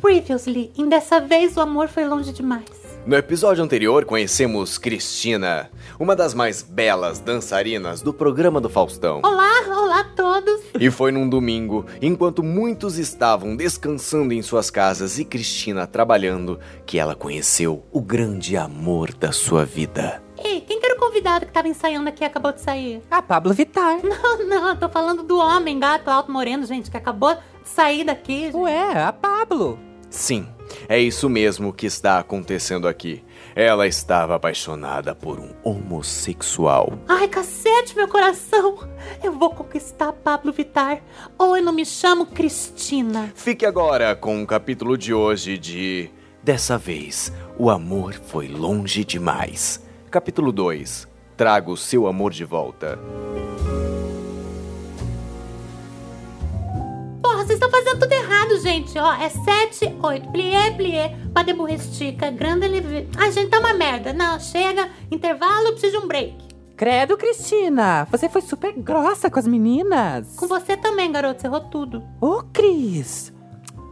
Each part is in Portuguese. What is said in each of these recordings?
Previously, em dessa vez o amor foi longe demais. No episódio anterior, conhecemos Cristina, uma das mais belas dançarinas do programa do Faustão. Olá, olá a todos! E foi num domingo, enquanto muitos estavam descansando em suas casas e Cristina trabalhando, que ela conheceu o grande amor da sua vida. Ei, quem que era o convidado que tava ensaiando aqui e acabou de sair? A Pablo Vittar. Não, não, eu tô falando do homem gato alto moreno, gente, que acabou de sair daqui. gente. Ué, a Pablo. Sim, é isso mesmo que está acontecendo aqui. Ela estava apaixonada por um homossexual. Ai, cacete, meu coração! Eu vou conquistar Pablo Vittar. Ou eu não me chamo Cristina. Fique agora com o capítulo de hoje de Dessa vez, o amor foi longe demais. Capítulo 2. Traga o seu amor de volta. Porra, vocês estão fazendo tudo errado, gente. Ó, é 7, 8. Plié, plié. Pas de bourre, estica. Grande leve. Ai, gente, tá uma merda. Não, chega. Intervalo, preciso de um break. Credo, Cristina. Você foi super grossa com as meninas. Com você também, garoto. Você errou tudo. Ô, Cris.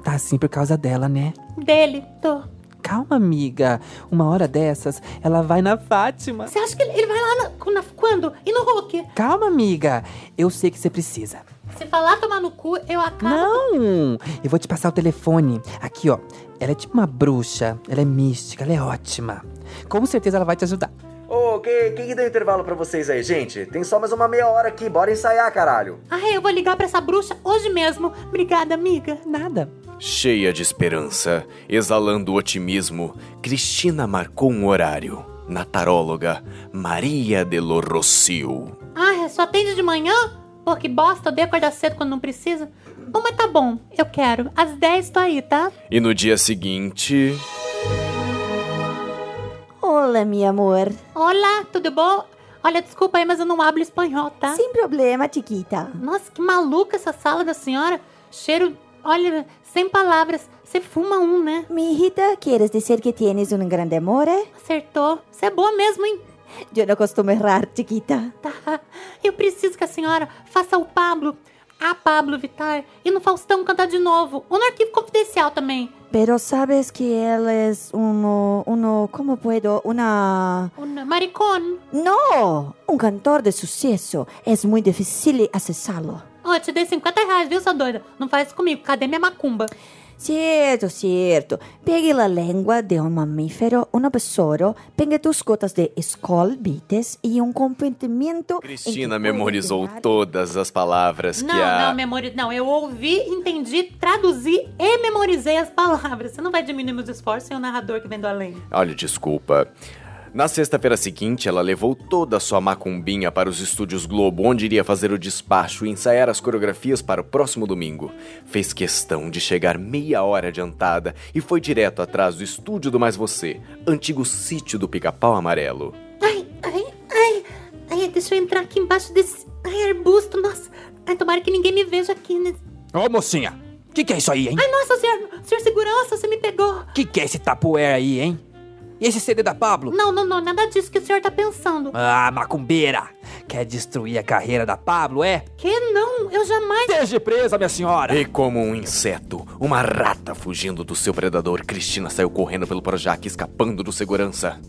Tá assim por causa dela, né? Dele, tô. Calma, amiga. Uma hora dessas, ela vai na Fátima. Você acha que ele, ele vai lá na, na- quando? E no Hulk? Calma, amiga. Eu sei que você precisa. Se falar tomar no cu, eu acabo. Não! Eu vou te passar o telefone. Aqui, ó. Ela é tipo uma bruxa. Ela é mística. Ela é ótima. Com certeza ela vai te ajudar. Ô, quem, quem que deu intervalo pra vocês aí, gente? Tem só mais uma meia hora aqui, bora ensaiar, caralho. Ai, Ah, é, eu vou ligar pra essa bruxa hoje mesmo. Obrigada, amiga. Nada. Cheia de esperança, exalando otimismo, Cristina marcou um horário. Na taróloga Maria de Lorrocio. Ai, Ah, é, só atende de manhã? Pô, que bosta, odeio acordar cedo quando não precisa. Bom, mas tá bom, eu quero. Às 10 tô aí, tá? E no dia seguinte. Olá, meu amor. Olá, tudo bom? Olha, desculpa aí, mas eu não hablo espanhol, tá? Sem problema, Tiquita. Nossa, que maluca essa sala da senhora. Cheiro, olha, sem palavras. Você fuma um, né? Mi hijita, ¿quieres decir que tienes un grande amor? eh? Acertou. Você é boa mesmo, hein? Yo no costumo errar, Chiquita. Tá. Eu preciso que a senhora faça o Pablo, a Pablo Vittar e no Faustão cantar de novo. Ou no arquivo confidencial também. Pero sabes que él es uno, uno, ¿cómo puedo? Una... O n- Maricone. No, un cantor de suceso. Es muy difícil accesarlo. Ó, eu te dei 50 reais, viu, sua doida? Não faz isso comigo. Cadê minha macumba? Cierto, cierto. Pegue la lengua de un mamífero, un besoro, pegue dos gotas de Skull Bites y un comprimimiento... en que Cristina puede memorizou llevar- todas as palavras que Não, a. não, memori... Não, eu ouvi, entendi, traduzi e memorizei as palavras. Você não vai diminuir meus esforços sem o narrador que vem do além. Olha, desculpa. Na sexta-feira seguinte, ela levou toda a sua macumbinha para os estúdios Globo, onde iria fazer o despacho e ensaiar as coreografias para o próximo domingo. Fez questão de chegar meia hora adiantada e foi direto atrás do estúdio do Mais Você, antigo sítio do Pica-Pau Amarelo. Ai, ai, ai. Ai, deixa eu entrar aqui embaixo desse ai, arbusto. Nossa, ai, tomara que ninguém me veja aqui. Né? Ô, mocinha. Que que é isso aí, hein? Ai, nossa, senhor, senhor segurança, você me pegou. Que que é esse tapoer aí, hein? E esse CD da Pablo? Não, não, não, nada disso que o senhor tá pensando. Ah, macumbeira! Quer destruir a carreira da Pablo, é? Que não, eu jamais... Seja presa, minha senhora! E como um inseto, uma rata fugindo do seu predador, Cristina saiu correndo pelo Projac, escapando do segurança.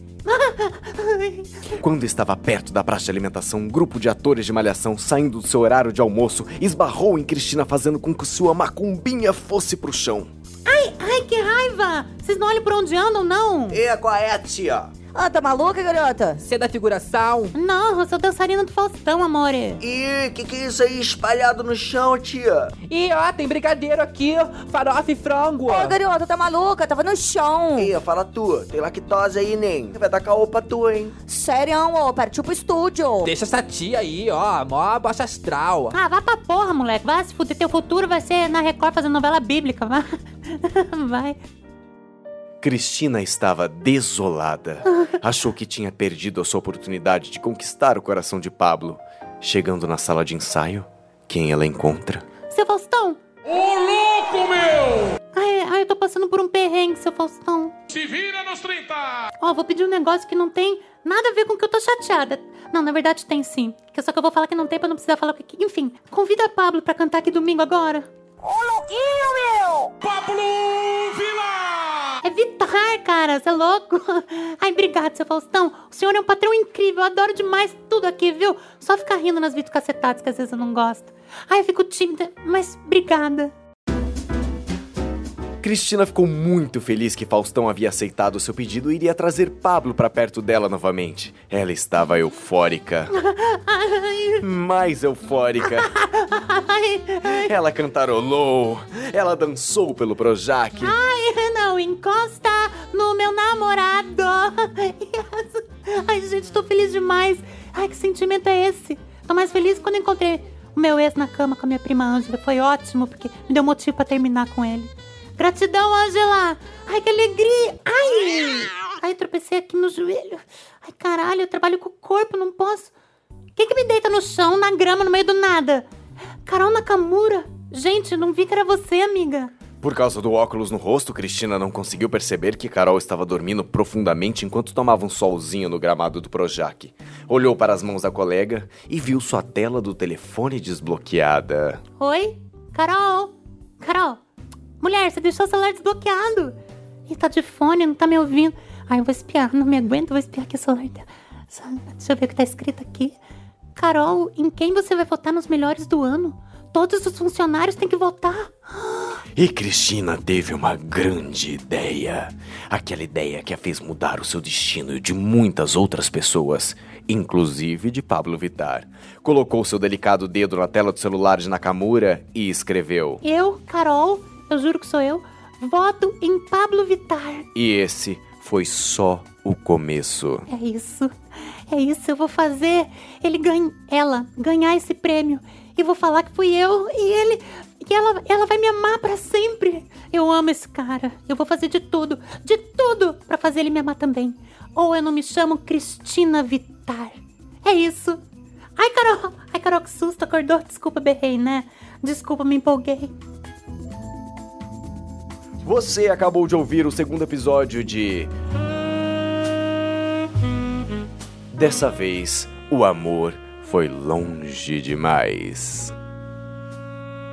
Ai, Quando estava perto da praça de alimentação, um grupo de atores de malhação saindo do seu horário de almoço esbarrou em Cristina fazendo com que sua macumbinha fosse pro chão. ai, que raiva. Vocês não olham por onde andam, não? E qual é, tia? Ah, tá maluca, garota? Você é da figuração? Não, eu sou dançarina do Faustão, amore. Ih, que que é isso aí espalhado no chão, tia? E ó, tem brigadeiro aqui, ó, farofa e frango! ó. Ô, garota, tá maluca? Tava no chão. Ih, fala tu, tem lactose aí, nem. Vai dar caô pra tu, hein? Sério, ô, partiu pro estúdio. Deixa essa tia aí, ó, mó baixa astral. Ah, vá pra porra, moleque. Vai se fuder. Teu futuro vai ser na Record fazendo novela bíblica. Vai. vai. Cristina estava desolada. Achou que tinha perdido a sua oportunidade de conquistar o coração de Pablo. Chegando na sala de ensaio, quem ela encontra? Seu Faustão. Ô louco, meu! Ai, ai, eu tô passando por um perrengue, seu Faustão. Se vira nos 30! Ó, vou pedir um negócio que não tem nada a ver com o que eu tô chateada. Não, na verdade tem sim. Que só que eu vou falar que não tem pra não precisar falar o que. Enfim, convida a Pablo pra cantar aqui domingo agora. Pablo Vila! É Vitar, cara, você é louco? Ai, obrigado, seu Faustão. O senhor é um patrão incrível, eu adoro demais tudo aqui, viu? Só ficar rindo nas vídeos cacetadas que às vezes eu não gosto. Ai, eu fico tímida, mas obrigada. Cristina ficou muito feliz que Faustão havia aceitado seu pedido e iria trazer Pablo para perto dela novamente. Ela estava eufórica. Ai, Mais eufórica. ai, ai, Ela cantarolou. Ela dançou pelo Projac. ai, não encosta no meu namorado. Ai, gente, tô feliz demais. Ai, que sentimento é esse? Tô mais feliz quando encontrei o meu ex na cama com a minha prima Ângela. Foi ótimo, porque me deu motivo pra terminar com ele. Gratidão, Ângela! Ai, que alegria! Ai! Ai, tropecei aqui no joelho. Ai, caralho, eu trabalho com o corpo, não posso. Quem que me deita no chão, na grama, no meio do nada? Carol Nakamura? Gente, não vi que era você, amiga. Por causa do óculos no rosto, Cristina não conseguiu perceber que Carol estava dormindo profundamente enquanto tomava um solzinho no gramado do Projac. Olhou para as mãos da colega e viu sua tela do telefone desbloqueada. Oi? Carol? Carol? Mulher, você deixou o celular desbloqueado. Ih, tá de fone, não tá me ouvindo. Ai, eu vou espiar, não me aguento, vou espiar aqui o celular dela. Só- Deixa eu ver o que tá escrito aqui. Carol, em quem você vai votar nos melhores do ano? Todos os funcionários têm que votar. E Cristina teve uma grande ideia. Aquela ideia que a fez mudar o seu destino e o de muitas outras pessoas, inclusive de Pablo Vittar. Colocou seu delicado dedo na tela do celular de Nakamura e escreveu. Eu, Carol, eu juro que sou eu, voto em Pablo Vittar. E esse foi só o começo. É isso. É isso, eu vou fazer ele ganha ela ganhar esse prêmio e vou falar que fui eu e ele que ela ela vai me amar pra sempre. Eu amo esse cara. Eu vou fazer de tudo, de tudo pra fazer ele me amar também. Ou eu não me chamo Cristina Vitar. É isso. Ai, Carol. Ai, Carol, que susto. Acordou? Desculpa, berrei, né? Desculpa, me empolguei. Você acabou de ouvir o segundo episódio de. Dessa vez, o amor foi longe demais.